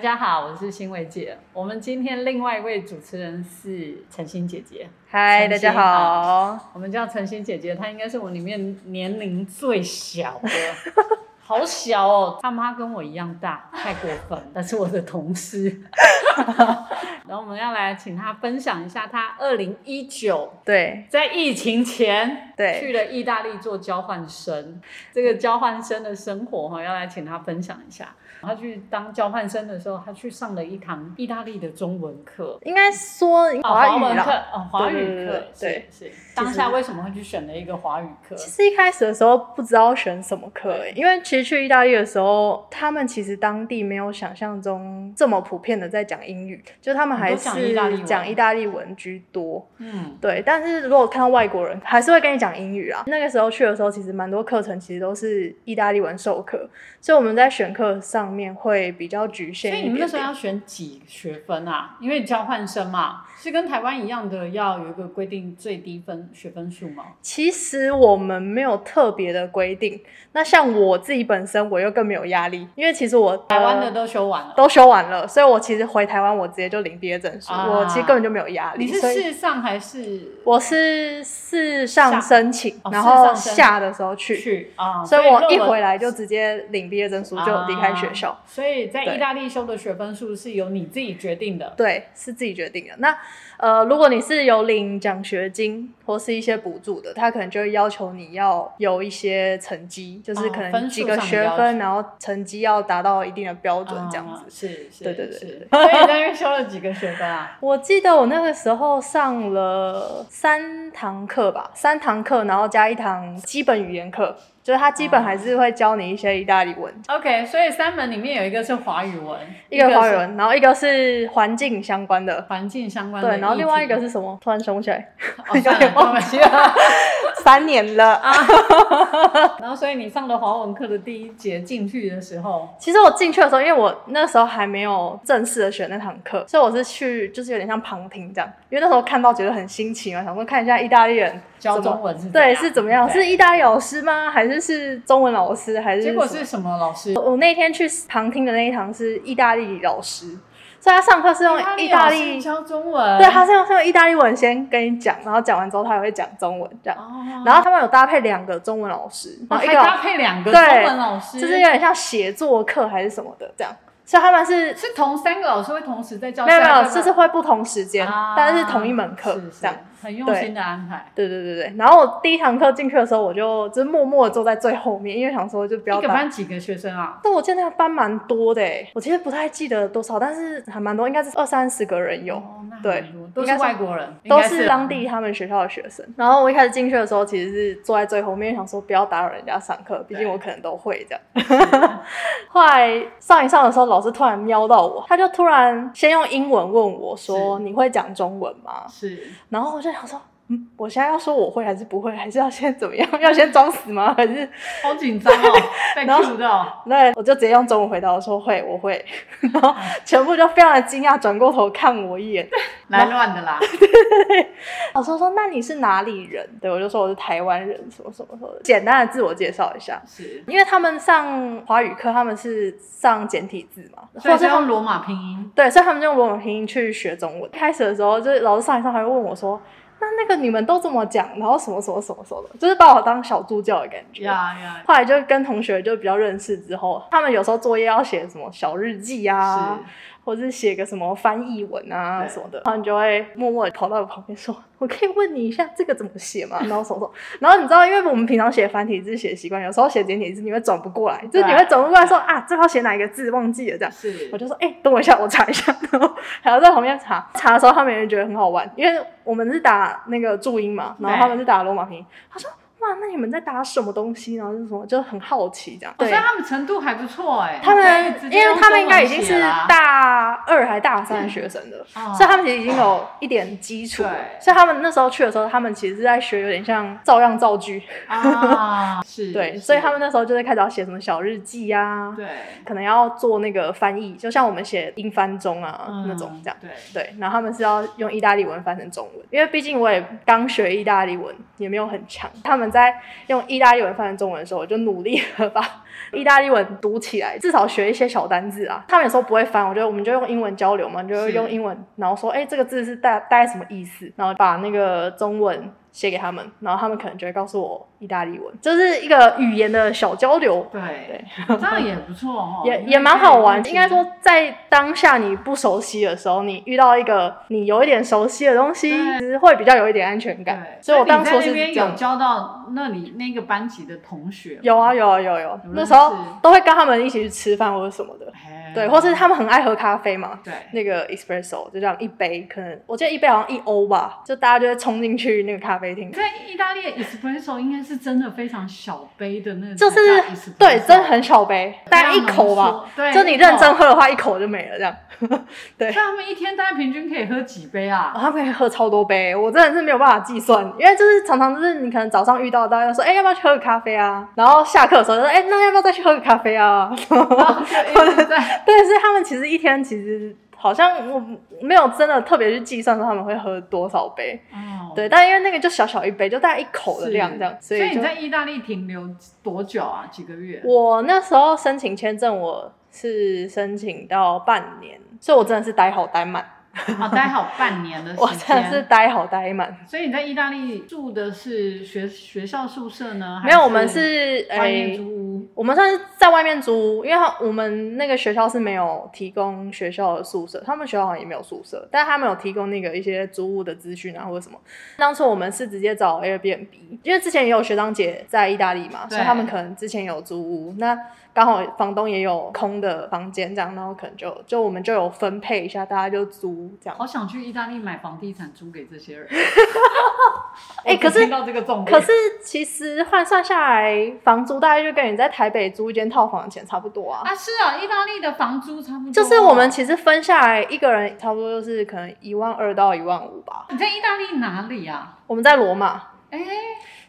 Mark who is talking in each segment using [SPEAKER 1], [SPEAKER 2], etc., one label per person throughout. [SPEAKER 1] 家好，我是欣伟姐。我们今天另外一位主持人是陈欣姐姐，
[SPEAKER 2] 嗨，
[SPEAKER 1] 重
[SPEAKER 2] 大
[SPEAKER 1] 新
[SPEAKER 2] 家好。
[SPEAKER 1] 我们叫陈欣姐姐，她应该是我里面年龄最小的。好小哦，她妈跟我一样大，太过分了。但是我的同事， 然后我们要来请她分享一下她二零一九
[SPEAKER 2] 对
[SPEAKER 1] 在疫情前，
[SPEAKER 2] 对
[SPEAKER 1] 去了意大利做交换生，这个交换生的生活哈，要来请他分享一下。他去当交换生的时候，他去上了一堂意大利的中文课，
[SPEAKER 2] 应该说
[SPEAKER 1] 啊华
[SPEAKER 2] 华语
[SPEAKER 1] 文课
[SPEAKER 2] 啦。，
[SPEAKER 1] 哦，华语
[SPEAKER 2] 对对
[SPEAKER 1] 课
[SPEAKER 2] 对，对
[SPEAKER 1] 是是。当下为什么会去选了一个华语课？
[SPEAKER 2] 其实一开始的时候不知道选什么课、欸，因为其实去意大利的时候，他们其实当地没有想象中这么普遍的在讲英语，就他们还
[SPEAKER 1] 都讲意大利
[SPEAKER 2] 是
[SPEAKER 1] 文
[SPEAKER 2] 讲意大利文居多。
[SPEAKER 1] 嗯，
[SPEAKER 2] 对，但是如果看到外国人，还是会跟你讲英语啊。那个时候去的时候，其实蛮多课程其实都是意大利文授课，所以我们在选课上面会比较局
[SPEAKER 1] 所
[SPEAKER 2] 限
[SPEAKER 1] 以
[SPEAKER 2] 一
[SPEAKER 1] 你们
[SPEAKER 2] 点
[SPEAKER 1] 那
[SPEAKER 2] 点。
[SPEAKER 1] 时候要选几学分啊？因为交换生嘛，是跟台湾一样的，要有一个规定最低分学分数吗？
[SPEAKER 2] 其实我们没有特别的规定。那像我自己本身，我又更没有压力，因为其实我
[SPEAKER 1] 台湾的都修完了。
[SPEAKER 2] 都修完了，所以我其实回台湾，我直接就领毕业证书，
[SPEAKER 1] 啊
[SPEAKER 2] 我其实根本就没有压力。
[SPEAKER 1] 你是
[SPEAKER 2] 所以
[SPEAKER 1] 世上还是
[SPEAKER 2] 我是四上
[SPEAKER 1] 上
[SPEAKER 2] 申请，
[SPEAKER 1] 哦
[SPEAKER 2] 然
[SPEAKER 1] 四
[SPEAKER 2] 后
[SPEAKER 1] 上申
[SPEAKER 2] 下的时候去，
[SPEAKER 1] 去啊？
[SPEAKER 2] 所以我一
[SPEAKER 1] 论文
[SPEAKER 2] 回来就直接领毕业证书，就离开学校。
[SPEAKER 1] 啊所以在
[SPEAKER 2] 对
[SPEAKER 1] 意大利修的学分数是由你自己决定的。
[SPEAKER 2] 对，是自己决定的。那呃，如果你是有领奖学金或是一些补助的，他可能就会要求你要有一些成绩，就是
[SPEAKER 1] 哦
[SPEAKER 2] 可
[SPEAKER 1] 分
[SPEAKER 2] 能几
[SPEAKER 1] 数
[SPEAKER 2] 个
[SPEAKER 1] 上的
[SPEAKER 2] 学
[SPEAKER 1] 要求
[SPEAKER 2] 分，然后成绩要达到一定的标准这样
[SPEAKER 1] 啊
[SPEAKER 2] 子。
[SPEAKER 1] 是是，
[SPEAKER 2] 对对对
[SPEAKER 1] 是
[SPEAKER 2] 对对
[SPEAKER 1] 所以你在那边修了几个学分 啊？
[SPEAKER 2] 我记得我那个时候上了三堂课吧，三堂课，然后加一堂基本语言课，就是他基本还
[SPEAKER 1] 哦
[SPEAKER 2] 是会教你一些意大利文，
[SPEAKER 1] OK，所以三门里面有一个是华语文，
[SPEAKER 2] 一个
[SPEAKER 1] 是
[SPEAKER 2] 华语文，然后一个是环境相关的，
[SPEAKER 1] 环境相关的议题，
[SPEAKER 2] 对，然后另外一个是什么？突然想不起来，
[SPEAKER 1] 哦算了忘记了。
[SPEAKER 2] 三年了。
[SPEAKER 1] 啊 然后所以你上了华文课的第一节进去的时候，
[SPEAKER 2] 其实我进去的时候，因为我那时候还没有正式的选那堂课，所以我是去就是有点像旁听这样，因为那时候看到觉得很新奇嘛，想说看一下意大利人
[SPEAKER 1] 教
[SPEAKER 2] 怎么
[SPEAKER 1] 中文是
[SPEAKER 2] 对是怎么样，
[SPEAKER 1] 对
[SPEAKER 2] 是意大利老师吗？还是是中文老师？还是
[SPEAKER 1] 结果
[SPEAKER 2] 什么
[SPEAKER 1] 是什么老师？
[SPEAKER 2] 我我那天去旁听的那一堂是意大利老师，所以他上课是用意大
[SPEAKER 1] 老师
[SPEAKER 2] 利，
[SPEAKER 1] 教中文，
[SPEAKER 2] 对，他是用是用意大利文先跟你讲，然后讲完之后他也会讲中文这样。
[SPEAKER 1] 哦，
[SPEAKER 2] 然后他们有搭配两个中文老师，
[SPEAKER 1] 哦
[SPEAKER 2] 然后一
[SPEAKER 1] 还
[SPEAKER 2] 个
[SPEAKER 1] 搭配两个中
[SPEAKER 2] 对
[SPEAKER 1] 文老师，
[SPEAKER 2] 就是有点像写作课还是什么的这样，所以他们是
[SPEAKER 1] 是同三个老师会同时在教
[SPEAKER 2] 没
[SPEAKER 1] 下
[SPEAKER 2] 有
[SPEAKER 1] 一
[SPEAKER 2] 没
[SPEAKER 1] 个吗，
[SPEAKER 2] 有，就是会不同时间，
[SPEAKER 1] 啊
[SPEAKER 2] 但是同一门课
[SPEAKER 1] 是是
[SPEAKER 2] 这样。
[SPEAKER 1] 很用心的安排。
[SPEAKER 2] 对对对对，然后我第一堂课进去的时候，我就就是默默的坐在最后面，因为想说就不要
[SPEAKER 1] 一个
[SPEAKER 2] 打。
[SPEAKER 1] 班几个学生啊？
[SPEAKER 2] 但我见那个班蛮多的诶，我其实不太记得多少，但是还蛮多，应该是二三十个人有，
[SPEAKER 1] 哦，那很
[SPEAKER 2] 对
[SPEAKER 1] 多都
[SPEAKER 2] 应
[SPEAKER 1] 是
[SPEAKER 2] 该是
[SPEAKER 1] 外国人，
[SPEAKER 2] 都
[SPEAKER 1] 应该啊
[SPEAKER 2] 是当地他们学校的学生。然后我一开始进去的时候，其实是坐在最后面，想说不要打扰人家上课，毕竟我可能都会这样。 后来上一上的时候，老师突然瞄到我，他就突然先用英文问我说：“
[SPEAKER 1] 是
[SPEAKER 2] 你会讲中文吗？”
[SPEAKER 1] 啊是
[SPEAKER 2] 然后我就想说，嗯，我现在要说我会还是不会，还是要先怎么样？ 要先装死吗？还是
[SPEAKER 1] 好紧张 哦，被
[SPEAKER 2] 然后
[SPEAKER 1] Q 到，
[SPEAKER 2] 那我就直接用中文回答我说会，我会。 然后全部就非常的惊讶，转过头看我一眼。
[SPEAKER 1] 来乱的啦。
[SPEAKER 2] 老师说：“那你是哪里人？”对我就说我是台湾人，什么什么什么的，简单的自我介绍一下。
[SPEAKER 1] 是，
[SPEAKER 2] 因为他们上华语课，他们是上简体字嘛，
[SPEAKER 1] 所
[SPEAKER 2] 或
[SPEAKER 1] 以
[SPEAKER 2] 是
[SPEAKER 1] 是
[SPEAKER 2] 他
[SPEAKER 1] 用
[SPEAKER 2] 们
[SPEAKER 1] 罗马拼音。
[SPEAKER 2] 对，所以他们就用罗马拼音去学中文。开始的时候，就是老师上一上还会问我说：“那那个你们都这么讲，然后什么什么什么什么的，就是把我当小助教的感觉。”
[SPEAKER 1] 呀呀，
[SPEAKER 2] 后来就跟同学就比较认识之后，他们有时候作业要写什么小日记啊，
[SPEAKER 1] 是
[SPEAKER 2] 或是写个什么翻译文啊
[SPEAKER 1] 对
[SPEAKER 2] 什么的，然后你就会默默地跑到我旁边说：“我可以问你一下这个怎么写吗？”然后什么什么，然后你知道，因为我们平常写繁体字写习惯，有时候写简体字你会转不过来，就是你
[SPEAKER 1] 对
[SPEAKER 2] 会转不过来说啊，这要写哪一个字忘记了这样。
[SPEAKER 1] 是
[SPEAKER 2] 我，就说，哎、等我一下，我查一下， 然后还要在旁边查。查的时候，他们也觉得很好玩，因为我们是打那个注音嘛，然后他们是打罗马拼音。他说，哇，那你们在打什么东西？然后是什么，就很好奇这样。
[SPEAKER 1] 哦所以
[SPEAKER 2] 对，
[SPEAKER 1] 他们程度还不错哎。
[SPEAKER 2] 他
[SPEAKER 1] 可以
[SPEAKER 2] 们
[SPEAKER 1] 直接
[SPEAKER 2] 因为
[SPEAKER 1] 用
[SPEAKER 2] 他们应该已经
[SPEAKER 1] 中文
[SPEAKER 2] 是
[SPEAKER 1] 写啦，
[SPEAKER 2] 大二还大三的学生了，
[SPEAKER 1] 哦
[SPEAKER 2] 所以他们其实已经有一点基础了
[SPEAKER 1] 对。
[SPEAKER 2] 所以他们那时候去的时候，他们其实是在学有点像照样造句，
[SPEAKER 1] 啊， 是，
[SPEAKER 2] 对，
[SPEAKER 1] 是
[SPEAKER 2] 所以他们那时候就会开始要写什么小日记啊，
[SPEAKER 1] 对
[SPEAKER 2] 可能要做那个翻译，就像我们写英翻中啊、
[SPEAKER 1] 嗯
[SPEAKER 2] 那种这样。
[SPEAKER 1] 对。
[SPEAKER 2] 对，然后他们是要用意大利文翻成中文，因为毕竟我也刚学意大利文，也没有很强。他们在用意大利文翻成中文的时候，我就努力了把意大利文读起来，至少学一些小单字啊。他们有时候不会翻，我觉得我们就用英文交流嘛，你就是用英文，然后说，哎、这个字是大大概什么意思，然后把那个中文。写给他们，然后他们可能就会告诉我意大利文，就是一个语言的小交流。
[SPEAKER 1] 对，这样也不错哦，
[SPEAKER 2] 也也蛮好玩。应该
[SPEAKER 1] 说。
[SPEAKER 2] 说，在当下你不熟悉的时候，你遇到一个你有一点熟悉的东西，
[SPEAKER 1] 对
[SPEAKER 2] 其实会比较有一点安全感
[SPEAKER 1] 对，。
[SPEAKER 2] 所以我
[SPEAKER 1] 那
[SPEAKER 2] 当
[SPEAKER 1] 你
[SPEAKER 2] 初
[SPEAKER 1] 在
[SPEAKER 2] 是
[SPEAKER 1] 那
[SPEAKER 2] 这
[SPEAKER 1] 边有
[SPEAKER 2] 样。
[SPEAKER 1] 交到那里那个班级的同学吗，
[SPEAKER 2] 有啊有啊有啊有啊，
[SPEAKER 1] 有
[SPEAKER 2] 那
[SPEAKER 1] 认
[SPEAKER 2] 时候
[SPEAKER 1] 识
[SPEAKER 2] 都会跟他们一起去吃饭或者什么的，
[SPEAKER 1] 哎，
[SPEAKER 2] 对，或是他们很爱喝咖啡嘛，
[SPEAKER 1] 对
[SPEAKER 2] 那个 espresso 就这样一杯，可能我记得一杯好像一欧吧，就大家就会冲进去那个咖啡厅，
[SPEAKER 1] 在意大利的 espresso 应该是真的非常小杯的那种，
[SPEAKER 2] 就是对，真的很小杯，大概一口吧，，
[SPEAKER 1] 对，
[SPEAKER 2] 就你
[SPEAKER 1] 一口
[SPEAKER 2] 认真。喝的话，一口就没了这样。
[SPEAKER 1] 那他们一天大概平均可以喝几杯
[SPEAKER 2] 哦
[SPEAKER 1] 啊？
[SPEAKER 2] 他们可以喝超多杯，我真的是没有办法计算，因为就是常常就是你可能早上遇到大家就说，哎、要不要去喝个咖啡啊？然后下课的时候就说，哎、那要不要再去喝个咖啡啊？
[SPEAKER 1] 对，
[SPEAKER 2] 对，所以他们其实一天其实好像我没有真的特别去计算说他们会喝多少杯，
[SPEAKER 1] 哦
[SPEAKER 2] 对，但因为那个就小小一杯，就大概一口的
[SPEAKER 1] 是
[SPEAKER 2] 量这样，
[SPEAKER 1] 所
[SPEAKER 2] 以就
[SPEAKER 1] 你在意大利停留多久啊？几个月？
[SPEAKER 2] 我那时候申请签证，我是申请到半年，所以我真的是待好待满，
[SPEAKER 1] 哦，待好半年的
[SPEAKER 2] 我
[SPEAKER 1] 时
[SPEAKER 2] 真的是
[SPEAKER 1] 间。
[SPEAKER 2] 待好待满。
[SPEAKER 1] 所以你在意大利住的是学学校宿舍呢？还
[SPEAKER 2] 没有，我们是哎
[SPEAKER 1] 外面
[SPEAKER 2] 诶
[SPEAKER 1] 租屋。
[SPEAKER 2] 我们算是在外面租，因为他我们那个学校是没有提供学校的宿舍，他们学校好像也没有宿舍，但他们有提供那个一些租屋的资讯啊或者什么。当初我们是直接找 Airbnb，因为之前也有学长姐在意大利嘛，
[SPEAKER 1] 对
[SPEAKER 2] 所以他们可能之前有租屋，那刚好房东也有空的房间这样，然后可能就就我们就有分配一下，大家就租这样。
[SPEAKER 1] 好想去意大利买房地产租给这些人。
[SPEAKER 2] 哎
[SPEAKER 1] 我
[SPEAKER 2] 可是
[SPEAKER 1] 听到这个重点，
[SPEAKER 2] 可是其实换算下来，房租大概就跟你在台北租一间套房的钱差不多啊。
[SPEAKER 1] 啊，是啊，意大利的房租差不多，啊
[SPEAKER 2] 就是我们其实分下来，一个人差不多就是可能一万二到一万五吧。
[SPEAKER 1] 你在意大利哪里啊？
[SPEAKER 2] 我们在罗马，
[SPEAKER 1] 哎、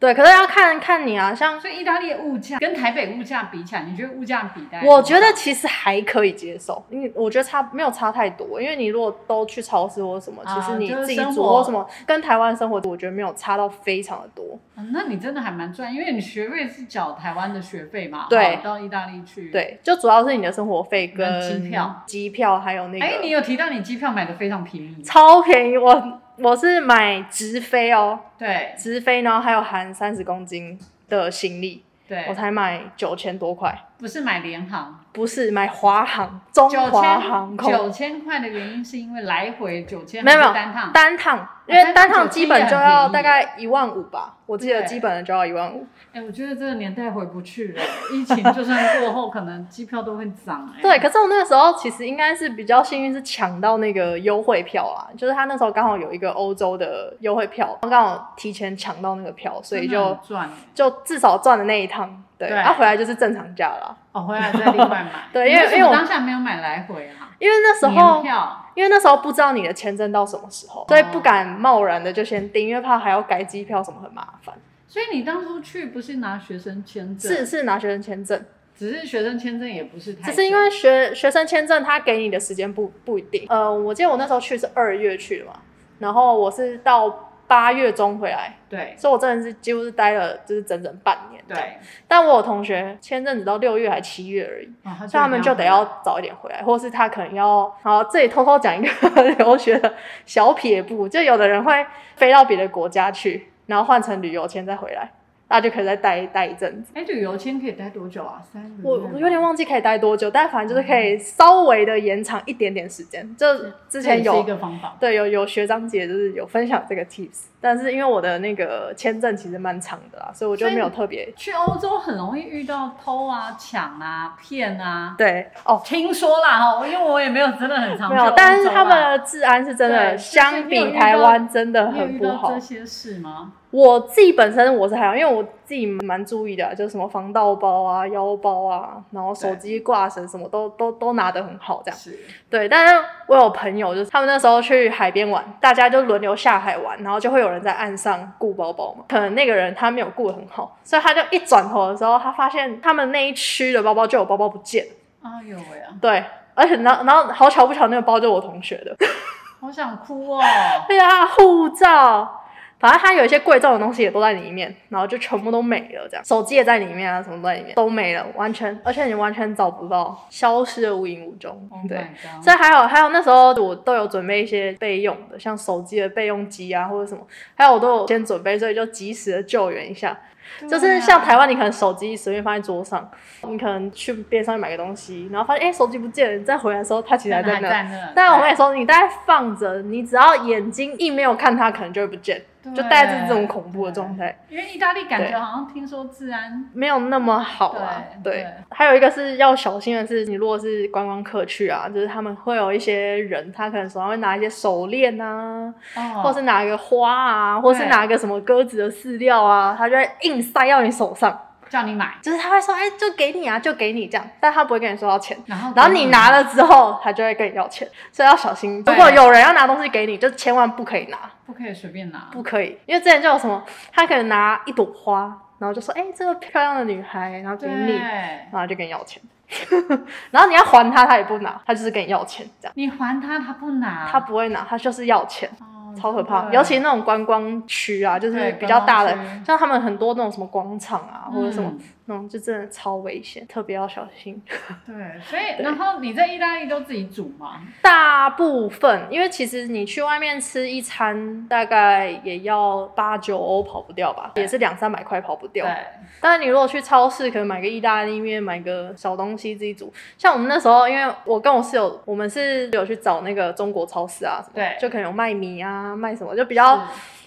[SPEAKER 2] 对，可是要看看你啊，像
[SPEAKER 1] 所以意大利的物价跟台北物价比起来，你觉得物价比大概多少？
[SPEAKER 2] 我觉得其实还可以接受，你我觉得差没有差太多，因为你如果都去超市或什么，
[SPEAKER 1] 啊
[SPEAKER 2] 其实你
[SPEAKER 1] 就是
[SPEAKER 2] 自己
[SPEAKER 1] 生
[SPEAKER 2] 煮
[SPEAKER 1] 活
[SPEAKER 2] 或什么，跟台湾生活我觉得没有差到非常的多。
[SPEAKER 1] 嗯、那你真的还蛮赚，因为你学费是缴台湾的学费嘛，
[SPEAKER 2] 对
[SPEAKER 1] 哦到意大利去，。
[SPEAKER 2] 对，就主要是你的生活费跟
[SPEAKER 1] 跟机票、
[SPEAKER 2] 机票还有那个，
[SPEAKER 1] 哎、你有提到你机票买的非常便宜，啊
[SPEAKER 2] 超便宜，我我是买直飞哦，
[SPEAKER 1] 对
[SPEAKER 2] 直飞然后还有含三十公斤的行李，我
[SPEAKER 1] 对，
[SPEAKER 2] 才买九千多块。
[SPEAKER 1] 不是买联航，
[SPEAKER 2] 不是买华航，中
[SPEAKER 1] 九
[SPEAKER 2] 华航
[SPEAKER 1] 千
[SPEAKER 2] 空
[SPEAKER 1] 九千块的原因是因为来回九千，
[SPEAKER 2] 没有没有
[SPEAKER 1] 单趟，
[SPEAKER 2] 单趟，因
[SPEAKER 1] 哦单
[SPEAKER 2] 为
[SPEAKER 1] 趟
[SPEAKER 2] 单趟
[SPEAKER 1] 九千
[SPEAKER 2] 基本
[SPEAKER 1] 也
[SPEAKER 2] 就
[SPEAKER 1] 很便
[SPEAKER 2] 要
[SPEAKER 1] 宜
[SPEAKER 2] 大概一万五吧，我记得
[SPEAKER 1] 对
[SPEAKER 2] 基本的就要一万五。
[SPEAKER 1] 哎、我觉得这个年代回不去了，疫情就算过后，可能机票都会涨、哎
[SPEAKER 2] 对，可是我那个时候其实应该是比较幸运，是抢到那个优惠票啦，就是他那时候刚好有一个欧洲的优惠票，刚好提前抢到那个票，所以
[SPEAKER 1] 真的
[SPEAKER 2] 就
[SPEAKER 1] 很赚。
[SPEAKER 2] 就至少赚了那一趟。对，
[SPEAKER 1] 嗯对
[SPEAKER 2] 然后回来就是正常价啦。。
[SPEAKER 1] 哦，回来再另外买
[SPEAKER 2] 对因为
[SPEAKER 1] 你
[SPEAKER 2] 因为
[SPEAKER 1] 什
[SPEAKER 2] 我
[SPEAKER 1] 么当下没有买来回啊，
[SPEAKER 2] 因为那时
[SPEAKER 1] 年
[SPEAKER 2] 候，
[SPEAKER 1] 票
[SPEAKER 2] 因为那时候不知道你的签证到什么时候，所以不敢贸然的就先订，因为怕还要改机票什么很麻烦。
[SPEAKER 1] 所以你当初去不是拿学生签证，
[SPEAKER 2] 是，是拿学生签证。
[SPEAKER 1] 只是学生签证也不是太久，
[SPEAKER 2] 只是因为学学生签证，他给你的时间不不一定。呃，我记得我那时候去是二月去的嘛，然后我是到八月中回来，
[SPEAKER 1] 对
[SPEAKER 2] 所以我真的是几乎是待了就是整整半年。，
[SPEAKER 1] 对，
[SPEAKER 2] 但我有同学签证只到六月还七月而已，
[SPEAKER 1] 哦他
[SPEAKER 2] 所以他们就得要早一点回来，或是他可能要……好，这里偷偷讲一个 留学的小撇步，就有的人会飞到别的国家去，然后换成旅游签再回来，那就可以再待待一阵子。
[SPEAKER 1] 哎，旅游签可以待多久啊？三个月
[SPEAKER 2] 我
[SPEAKER 1] 吗
[SPEAKER 2] 我有点忘记可以待多久，但反正就是可以稍微的延长一点点时间。就之前
[SPEAKER 1] 这也是
[SPEAKER 2] 有
[SPEAKER 1] 一个方法，
[SPEAKER 2] 对有有学长姐就是有分享这个 tips，但是因为我的那个签证其实蛮长的啦，所以我就
[SPEAKER 1] 所以
[SPEAKER 2] 没有特别
[SPEAKER 1] 去欧洲很容易遇到偷啊、抢啊、骗啊。
[SPEAKER 2] 对哦，
[SPEAKER 1] 听说啦哈，因为我也没有真的很常
[SPEAKER 2] 没
[SPEAKER 1] 去欧洲，
[SPEAKER 2] 有
[SPEAKER 1] 啊
[SPEAKER 2] 但是他们
[SPEAKER 1] 啦
[SPEAKER 2] 的治安是真的
[SPEAKER 1] 对
[SPEAKER 2] 相
[SPEAKER 1] 就是
[SPEAKER 2] 比
[SPEAKER 1] 你有遇到
[SPEAKER 2] 台湾真的
[SPEAKER 1] 你有
[SPEAKER 2] 很
[SPEAKER 1] 遇
[SPEAKER 2] 不
[SPEAKER 1] 到
[SPEAKER 2] 好
[SPEAKER 1] 这。些事吗？
[SPEAKER 2] 我自己本身我是还好，因为我自己蛮注意的啊、就是什么防盗包啊、腰包啊，然后手
[SPEAKER 1] 对
[SPEAKER 2] 机挂绳什么都都都拿得很好这样。
[SPEAKER 1] 是，
[SPEAKER 2] 对，但是我有朋友，就是他们那时候去海边玩，大家就轮流下海玩，然后就会有人在岸上顾包包嘛。可能那个人他没有顾得很好，所以他就一转头的时候，他发现他们那一区的包包就有包包不见了。
[SPEAKER 1] 哎呦喂啊，
[SPEAKER 2] 对，而且然后然后好 巧不巧，那个包就是我同学的，
[SPEAKER 1] 好想哭哦。
[SPEAKER 2] 对啊，护照，反正它有一些贵重的东西也都在里面，然后就全部都没了，这样手机也在里面啊，什么都在里面都没了，完全，而且你完全找不到，消失的无影无踪。
[SPEAKER 1] Oh
[SPEAKER 2] 对，
[SPEAKER 1] my god！
[SPEAKER 2] 所以还有还有那时候我都有准备一些备用的，像手机的备用机啊或者什么，还有我都有先准备，所以就及时的救援一下。
[SPEAKER 1] 嗯啊
[SPEAKER 2] 就是像台湾，你可能手机随便放在桌上，你可能去边上买个东西，然后发现哎、诶手机不见了，你再回来的时候它其实还
[SPEAKER 1] 湾
[SPEAKER 2] 在
[SPEAKER 1] 还
[SPEAKER 2] 那。
[SPEAKER 1] 在那，
[SPEAKER 2] 但我跟你说，你大概放着，你只要眼睛一没有看它，可能就会不见，
[SPEAKER 1] 对
[SPEAKER 2] 就大概是这种恐怖的状。态。
[SPEAKER 1] 对因为意大利感
[SPEAKER 2] 对
[SPEAKER 1] 觉好像听说治安
[SPEAKER 2] 没有那么好啊。
[SPEAKER 1] 对对
[SPEAKER 2] 还有一个是要小心的是，你如果是观光客去啊，就是他们会有一些人，他可能手上会拿一些手链啊，
[SPEAKER 1] 哦，
[SPEAKER 2] 或是拿一个花啊，或是拿一个什么鸽子的饲料啊，他就会硬塞到你手上，
[SPEAKER 1] 叫你买，
[SPEAKER 2] 就是他会说，哎、就给你啊，就给你这样，但他不会跟你说要钱。
[SPEAKER 1] 然后
[SPEAKER 2] 然后你拿了之后，他就会跟你要钱，所以要小心。如果
[SPEAKER 1] 对
[SPEAKER 2] 有人要拿东西给你，就千万不可以拿。
[SPEAKER 1] 不可以随便拿，
[SPEAKER 2] 不可以，因为之前就有什么，他可能拿一朵花，然后就说，哎、这个漂亮的女孩，然后给
[SPEAKER 1] 对，
[SPEAKER 2] 你，然后就跟你要钱， 然后你要还他，他也不拿，他就是跟你要钱这样，
[SPEAKER 1] 你还他，他不拿，
[SPEAKER 2] 他不会拿，他就是要钱。
[SPEAKER 1] 啊哦
[SPEAKER 2] 超可怕，
[SPEAKER 1] 对
[SPEAKER 2] 尤其那种观光区啊，就是
[SPEAKER 1] 对
[SPEAKER 2] 比较大的
[SPEAKER 1] 观光，区
[SPEAKER 2] 像他们很多那种什么广场啊，或者什么
[SPEAKER 1] 嗯
[SPEAKER 2] 那种，就真的超危险，特别要小心。
[SPEAKER 1] 对，所以然后你在意大利都自己煮吗？
[SPEAKER 2] 大部分，因为其实你去外面吃一餐，大概也要八九欧跑不掉吧，
[SPEAKER 1] 对
[SPEAKER 2] 也是两三百块跑不掉。
[SPEAKER 1] 对，
[SPEAKER 2] 当然，你如果去超市，可能买个意大利面，买个小东西自己煮。像我们那时候，因为我跟我室友，我们是有去找那个中国超市啊，什么
[SPEAKER 1] 对
[SPEAKER 2] 就可能有卖米啊，卖什么，就比较
[SPEAKER 1] 是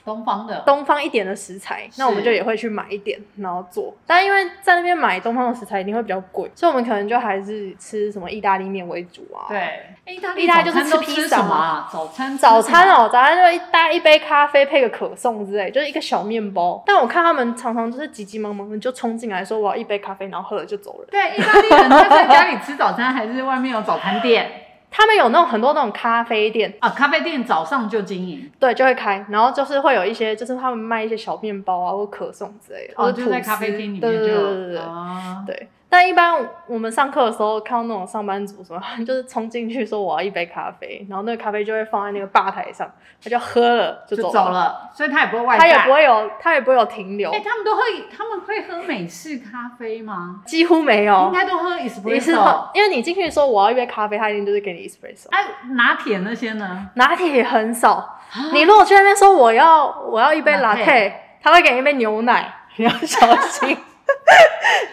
[SPEAKER 1] 东方的，
[SPEAKER 2] 东方一点的食材，那我们就也会去买一点，然后做。但因为在那边买东方的食材一定会比较贵，所以我们可能就还是吃什么意大利面为主啊。。
[SPEAKER 1] 对，意大
[SPEAKER 2] 意
[SPEAKER 1] 利
[SPEAKER 2] 大
[SPEAKER 1] 大
[SPEAKER 2] 利
[SPEAKER 1] 利
[SPEAKER 2] 就是
[SPEAKER 1] 早餐
[SPEAKER 2] 吃
[SPEAKER 1] 都
[SPEAKER 2] 披
[SPEAKER 1] 吃
[SPEAKER 2] 萨
[SPEAKER 1] 什么啊？早餐吃
[SPEAKER 2] 早
[SPEAKER 1] 什
[SPEAKER 2] 餐
[SPEAKER 1] 么
[SPEAKER 2] 哦，早餐就一大一杯咖啡配个可颂之类，就是一个小面包。但我看他们常常就是急急忙忙的就冲进来说我要一杯咖啡，然后喝了就走人。
[SPEAKER 1] 对，意大利人他在家里吃早餐还是外面有早餐店
[SPEAKER 2] 他们有那种很多那种咖啡店，
[SPEAKER 1] 啊？咖啡店早上就经营，
[SPEAKER 2] 对，就会开，然后就是会有一些，就是他们卖一些小面包啊或可颂之类的，
[SPEAKER 1] 哦，
[SPEAKER 2] 或者
[SPEAKER 1] 就
[SPEAKER 2] 吐
[SPEAKER 1] 在
[SPEAKER 2] 司
[SPEAKER 1] 咖啡厅里面就
[SPEAKER 2] 对对对对对
[SPEAKER 1] 有
[SPEAKER 2] 对。
[SPEAKER 1] 啊，
[SPEAKER 2] 对但一般我们上课的时候看到那种上班族什么， 就是冲进去说我要一杯咖啡，然后那个咖啡就会放在那个吧台上，他就喝了就
[SPEAKER 1] 就
[SPEAKER 2] 走
[SPEAKER 1] 走了，所以他也不会外
[SPEAKER 2] 他
[SPEAKER 1] 带，
[SPEAKER 2] 也不会有他也不会有停留
[SPEAKER 1] 哎、，他们都会，他们会喝美式咖啡吗？
[SPEAKER 2] 几乎没
[SPEAKER 1] 应
[SPEAKER 2] 有。
[SPEAKER 1] 该都喝
[SPEAKER 2] 你是
[SPEAKER 1] espresso。
[SPEAKER 2] 因为你进去说我要一杯咖啡，他一定就是给你 espresso。
[SPEAKER 1] 哎、拿铁那些呢？
[SPEAKER 2] 拿铁也很少。你如果去那边说我要我要一杯 latte，
[SPEAKER 1] Latte
[SPEAKER 2] 他会给你一杯牛奶， 你要小 心。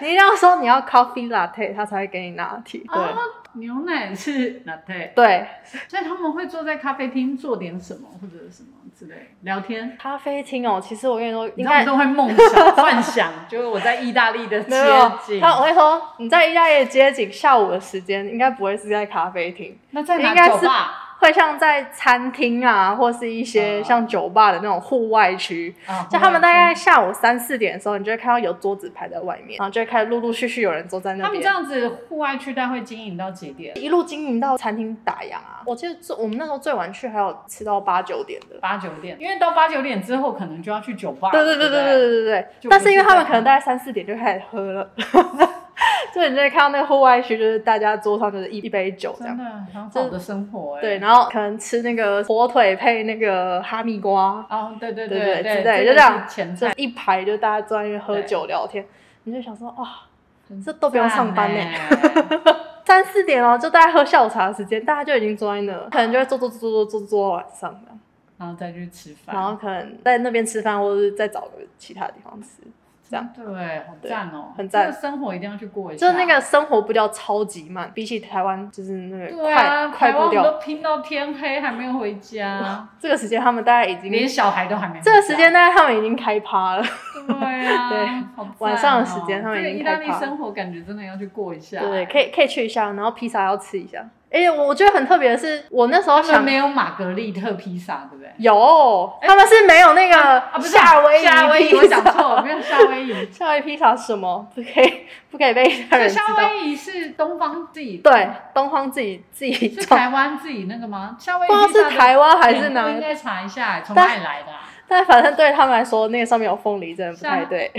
[SPEAKER 2] 你一定要说你要 coffee latte，他才会给你拿铁。对、
[SPEAKER 1] 哦，牛奶是 latte，
[SPEAKER 2] 对，
[SPEAKER 1] 所以他们会坐在咖啡厅做点什么或者什么之类聊天。
[SPEAKER 2] 咖啡厅哦，其实我跟你说，
[SPEAKER 1] 你
[SPEAKER 2] 应
[SPEAKER 1] 看，
[SPEAKER 2] 该
[SPEAKER 1] 都会梦想、 幻想，就是我在意大利的
[SPEAKER 2] 没
[SPEAKER 1] 街
[SPEAKER 2] 有
[SPEAKER 1] 景。
[SPEAKER 2] 他，我跟你说，你在意大利的街景下午的时间，应该不会是在咖啡厅，
[SPEAKER 1] 那在
[SPEAKER 2] 应该
[SPEAKER 1] 哪
[SPEAKER 2] 是
[SPEAKER 1] 酒吧？
[SPEAKER 2] 会像在餐厅啊，或是一些
[SPEAKER 1] 嗯
[SPEAKER 2] 像酒吧的那种户外区。
[SPEAKER 1] 啊
[SPEAKER 2] 就他们大概下午三四点的时候，你就会看到有桌子排在外面，然后就会开始陆陆续续有人坐在那
[SPEAKER 1] 他们
[SPEAKER 2] 边
[SPEAKER 1] 这。样子户外区大概会经营到几点？
[SPEAKER 2] 一路经营到餐厅打烊啊！我记得最我们那时候最晚去还有吃到八九点的。
[SPEAKER 1] 八九点，因为到八九点之后可能就要去酒吧。
[SPEAKER 2] 对对对
[SPEAKER 1] 对
[SPEAKER 2] 对
[SPEAKER 1] 不
[SPEAKER 2] 对对对对。
[SPEAKER 1] 就不是
[SPEAKER 2] 但是因为他
[SPEAKER 1] 这
[SPEAKER 2] 们
[SPEAKER 1] 样
[SPEAKER 2] 可能大概三四点就开始喝 了，所以你就会看到那个户外区，就是大家桌上就是一一杯酒这
[SPEAKER 1] 真
[SPEAKER 2] 样。
[SPEAKER 1] 的很好的生活哎、
[SPEAKER 2] 对，然后可能吃那个火腿配那个哈密瓜，
[SPEAKER 1] 哦，对对
[SPEAKER 2] 对
[SPEAKER 1] 对
[SPEAKER 2] 对
[SPEAKER 1] 对，
[SPEAKER 2] 之
[SPEAKER 1] 这
[SPEAKER 2] 类就
[SPEAKER 1] 个
[SPEAKER 2] 这样
[SPEAKER 1] 是前
[SPEAKER 2] 就
[SPEAKER 1] 菜，
[SPEAKER 2] 一排就大家坐在那边喝
[SPEAKER 1] 对
[SPEAKER 2] 酒聊天，你就想说哇，这
[SPEAKER 1] 这
[SPEAKER 2] 都不用上班呢、
[SPEAKER 1] 呢。
[SPEAKER 2] 三四点哦，就大家喝下午茶的时间，大家就已经坐在那了，可能就会坐坐坐坐坐坐到晚上这样。
[SPEAKER 1] 然后再去吃饭，
[SPEAKER 2] 然后可能在那边吃饭，或者是再找个其他地方吃，这样。
[SPEAKER 1] 对，好赞哦，
[SPEAKER 2] 很赞
[SPEAKER 1] 这个生活一定要去过一
[SPEAKER 2] 就
[SPEAKER 1] 下。
[SPEAKER 2] 是那个生活步调超级慢，比起台湾就是那个
[SPEAKER 1] 对
[SPEAKER 2] 快、
[SPEAKER 1] 啊，
[SPEAKER 2] 快
[SPEAKER 1] 台湾
[SPEAKER 2] 步
[SPEAKER 1] 我们
[SPEAKER 2] 调。
[SPEAKER 1] 都拼到天黑还没有回家，
[SPEAKER 2] 这个时间他们大概已
[SPEAKER 1] 连
[SPEAKER 2] 经，
[SPEAKER 1] 小孩都还没回家。
[SPEAKER 2] 这个时间大概他们已经开趴 了。
[SPEAKER 1] 对啊， 好赞
[SPEAKER 2] 对
[SPEAKER 1] 哦
[SPEAKER 2] 晚上的时间他们已
[SPEAKER 1] 这个意
[SPEAKER 2] 经开
[SPEAKER 1] 大
[SPEAKER 2] 趴
[SPEAKER 1] 利生活感觉真的要去过一下。哎
[SPEAKER 2] 对，可以可以去一下，然后披萨要吃一下。哎、我我觉得很特别的是，我那时候
[SPEAKER 1] 他们
[SPEAKER 2] 想
[SPEAKER 1] 没有玛格丽特披萨，对不对？
[SPEAKER 2] 有，他们是没有那
[SPEAKER 1] 啊，
[SPEAKER 2] 个
[SPEAKER 1] 不是
[SPEAKER 2] 夏威夷
[SPEAKER 1] 夏威夷，我
[SPEAKER 2] 披萨
[SPEAKER 1] 讲错了，没有夏 威夷。
[SPEAKER 2] 夏威夷披萨是什么？不可以 不可以被其他
[SPEAKER 1] 所以
[SPEAKER 2] 人知
[SPEAKER 1] 夏
[SPEAKER 2] 道。
[SPEAKER 1] 威夷是东方自己，
[SPEAKER 2] 对，东方自己自己
[SPEAKER 1] 是
[SPEAKER 2] 做，
[SPEAKER 1] 台湾自己那个吗？夏威夷
[SPEAKER 2] 不知道
[SPEAKER 1] 披萨
[SPEAKER 2] 是
[SPEAKER 1] 的
[SPEAKER 2] 台湾还是
[SPEAKER 1] 典
[SPEAKER 2] 哪
[SPEAKER 1] 故
[SPEAKER 2] 里
[SPEAKER 1] 应该查一下，从
[SPEAKER 2] 但
[SPEAKER 1] 哪里来的 啊？
[SPEAKER 2] 但反正对他们来说，那个上面有凤梨真的不太对。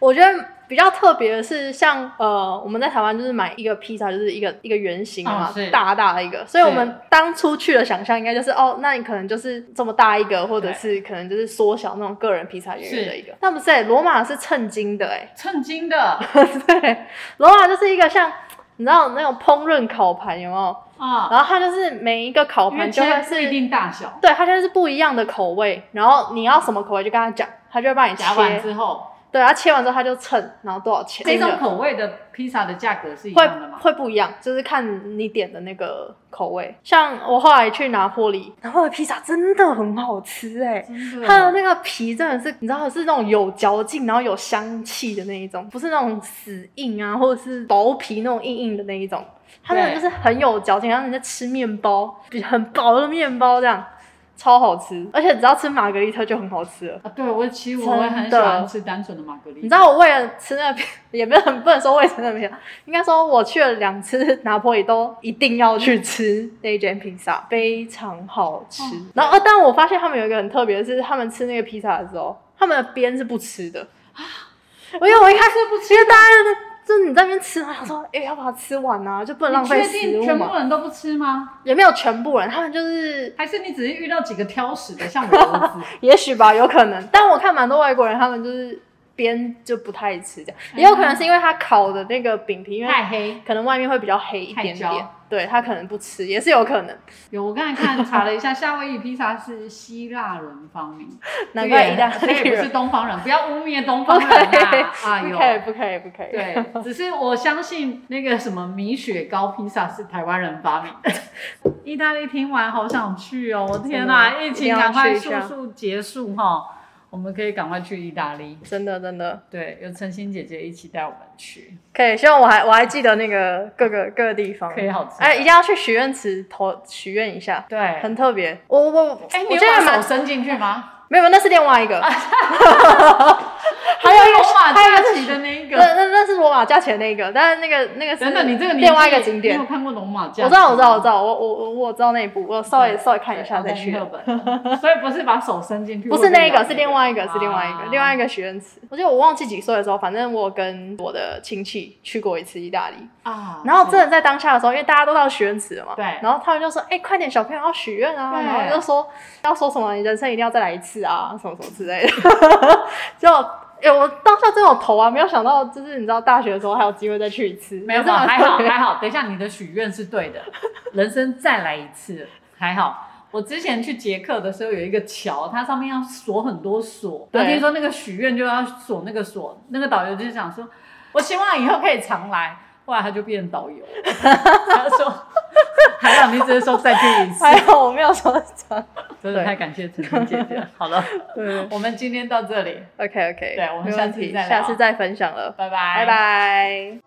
[SPEAKER 2] 我觉得。比较特别的是像，呃，我们在台湾就是买一个披萨，就是一个一个圆形的嘛，
[SPEAKER 1] 哦是
[SPEAKER 2] 大大的一个。所以
[SPEAKER 1] 是
[SPEAKER 2] 我们当初去的想象应该就是，哦，那你可能就是这么大一个，或者是可能就是缩小那种个人披萨圆圆的一个。那不是、欸，罗马是称斤的、欸，
[SPEAKER 1] 称斤的
[SPEAKER 2] 对，罗马就是一个像你知道那种烹饪烤盘有没有？
[SPEAKER 1] 啊，
[SPEAKER 2] 然后它就是每一个烤
[SPEAKER 1] 因为
[SPEAKER 2] 盘就
[SPEAKER 1] 现在
[SPEAKER 2] 会是
[SPEAKER 1] 是一定大小，
[SPEAKER 2] 对，它就是不一样的口味，然后你要什么口味就跟他讲，他就会帮你
[SPEAKER 1] 夹完
[SPEAKER 2] 切。
[SPEAKER 1] 之后，
[SPEAKER 2] 对，他切完之后他就称，然后多少钱？
[SPEAKER 1] 这种
[SPEAKER 2] 个
[SPEAKER 1] 口味的披萨的价格是一
[SPEAKER 2] 会
[SPEAKER 1] 样的吗？
[SPEAKER 2] 会不一样，就是看你点的那个口味。像我后来去拿破里，拿破里披萨真的很好吃哎、
[SPEAKER 1] 真
[SPEAKER 2] 它的
[SPEAKER 1] 的
[SPEAKER 2] 那个皮真的是，你知道是那种有嚼劲，然后有香气的那一种，不是那种死硬啊，或者是薄皮那种硬硬的那一种。它那个
[SPEAKER 1] 对
[SPEAKER 2] 就是很有嚼劲，然后你在吃面包，比很薄的面包这样，超好吃。而且只要吃玛格丽特就很好吃了。
[SPEAKER 1] 啊，对我其实我会很喜
[SPEAKER 2] 真的
[SPEAKER 1] 欢吃单纯的玛格丽，
[SPEAKER 2] 你知道我为了吃那个披， 也没有很不能说为了吃那个披萨，应该说我去了两次 拿破里都一定要去吃那一间披萨，非常好吃。
[SPEAKER 1] 哦
[SPEAKER 2] 然后，呃但我发现他们有一个很特别的是，他们吃那个披萨的时候，他们的边是不吃的。
[SPEAKER 1] 啊
[SPEAKER 2] 我因为我一开始不吃，因为大家就是你在那边吃，然后想说，哎、要把它吃完啊，就不能浪
[SPEAKER 1] 你
[SPEAKER 2] 费
[SPEAKER 1] 确
[SPEAKER 2] 食
[SPEAKER 1] 定
[SPEAKER 2] 物
[SPEAKER 1] 全部
[SPEAKER 2] 嘛。
[SPEAKER 1] 人都不吃吗？
[SPEAKER 2] 也没有全部人，他们就是
[SPEAKER 1] 还是你只是遇到几个挑食的，像我儿 子？
[SPEAKER 2] 也许吧，有可能。但我看蛮多外国人，他们就是边就不太吃这样，也有可能是因为他烤的那个饼皮，因为
[SPEAKER 1] 太黑。
[SPEAKER 2] 可能外面会比较黑一点
[SPEAKER 1] 太焦
[SPEAKER 2] 点，对他可能不吃，也是有 可能。
[SPEAKER 1] 有，我刚才看查了一下，夏威夷披萨是希腊人发明，
[SPEAKER 2] 难怪意大
[SPEAKER 1] 这
[SPEAKER 2] 利
[SPEAKER 1] 也不是
[SPEAKER 2] 人
[SPEAKER 1] 东方人，不要污蔑东方人 啊！啊
[SPEAKER 2] 不
[SPEAKER 1] 有。
[SPEAKER 2] 可以，不可以，不可以。
[SPEAKER 1] 对，只是我相信那个什么米雪糕披萨是台湾人发明 的。意大利听完好想去哦！天哪，
[SPEAKER 2] 真的
[SPEAKER 1] 疫
[SPEAKER 2] 一定
[SPEAKER 1] 情
[SPEAKER 2] 要
[SPEAKER 1] 赶快
[SPEAKER 2] 去一
[SPEAKER 1] 速
[SPEAKER 2] 下
[SPEAKER 1] 速结束哈、我们可以赶快去意大利。
[SPEAKER 2] 真的真的
[SPEAKER 1] 对，有晨星姐姐一起带我们去，
[SPEAKER 2] 可以，希望我还我还记得那个各个各个地方。
[SPEAKER 1] 可以好吃。
[SPEAKER 2] 哎，一定要去许愿池投许愿一下，
[SPEAKER 1] 对，
[SPEAKER 2] 很特别。我我我，
[SPEAKER 1] 哎，你
[SPEAKER 2] 我
[SPEAKER 1] 有
[SPEAKER 2] 觉得
[SPEAKER 1] 把
[SPEAKER 2] 蛮
[SPEAKER 1] 手伸进去吗？
[SPEAKER 2] 没有，没有那是另外 一个，还有一个
[SPEAKER 1] 罗马
[SPEAKER 2] 还有一
[SPEAKER 1] 假
[SPEAKER 2] 个
[SPEAKER 1] 期的那
[SPEAKER 2] 那
[SPEAKER 1] 个。
[SPEAKER 2] 那那是罗马假期的那个，但是那个那个是
[SPEAKER 1] 等等，你这个年纪
[SPEAKER 2] 另外一个景
[SPEAKER 1] 你
[SPEAKER 2] 点
[SPEAKER 1] 有。看过罗马假期吗？
[SPEAKER 2] 我知道，我知道，我知道，我我我我知道那一部，我稍微
[SPEAKER 1] 对
[SPEAKER 2] 稍微看一下
[SPEAKER 1] 对
[SPEAKER 2] 再去。
[SPEAKER 1] 奥黛丽赫本，所以不是把手伸进去，
[SPEAKER 2] 不是那一个，是另外一个，是另外一个，另外一
[SPEAKER 1] 个
[SPEAKER 2] 个许愿池。我记得我忘记几岁的时候，反正我跟我的亲戚去过一次意大利，
[SPEAKER 1] 啊。
[SPEAKER 2] 然后
[SPEAKER 1] 是
[SPEAKER 2] 真的在当下的时候，因为大家都到许愿池了嘛，
[SPEAKER 1] 对
[SPEAKER 2] 然后他们就说：“哎、快点，小朋友要许愿啊！”
[SPEAKER 1] 对
[SPEAKER 2] 然后就说要说什么你人生一定要再来一次啊，什么什么之类的。 就哎、我当下真的有投啊，没有想到就是你知道大学的时候还有机会再去一次，
[SPEAKER 1] 没有，
[SPEAKER 2] 这
[SPEAKER 1] 没有
[SPEAKER 2] 么
[SPEAKER 1] 还好 还好。等一下，你的许愿是对的，人生再来一次，还好。我之前去捷克的时候，有一个桥，它上面要锁很多锁，
[SPEAKER 2] 对
[SPEAKER 1] 然后听说那个许愿就要锁那个锁，那个导游就想说，我希望以后可以常来。后来他就变导 游，他说，还好你只是说再去一 次，
[SPEAKER 2] 还好我没有说讲。
[SPEAKER 1] 真的太感谢陈婷姐姐了。好了，
[SPEAKER 2] 嗯
[SPEAKER 1] 我们今天到这里，
[SPEAKER 2] ，OK OK，
[SPEAKER 1] 对我们
[SPEAKER 2] 没
[SPEAKER 1] 下
[SPEAKER 2] 问
[SPEAKER 1] 次
[SPEAKER 2] 题，
[SPEAKER 1] 再聊
[SPEAKER 2] 下次再分享了，
[SPEAKER 1] 拜拜，
[SPEAKER 2] 拜。拜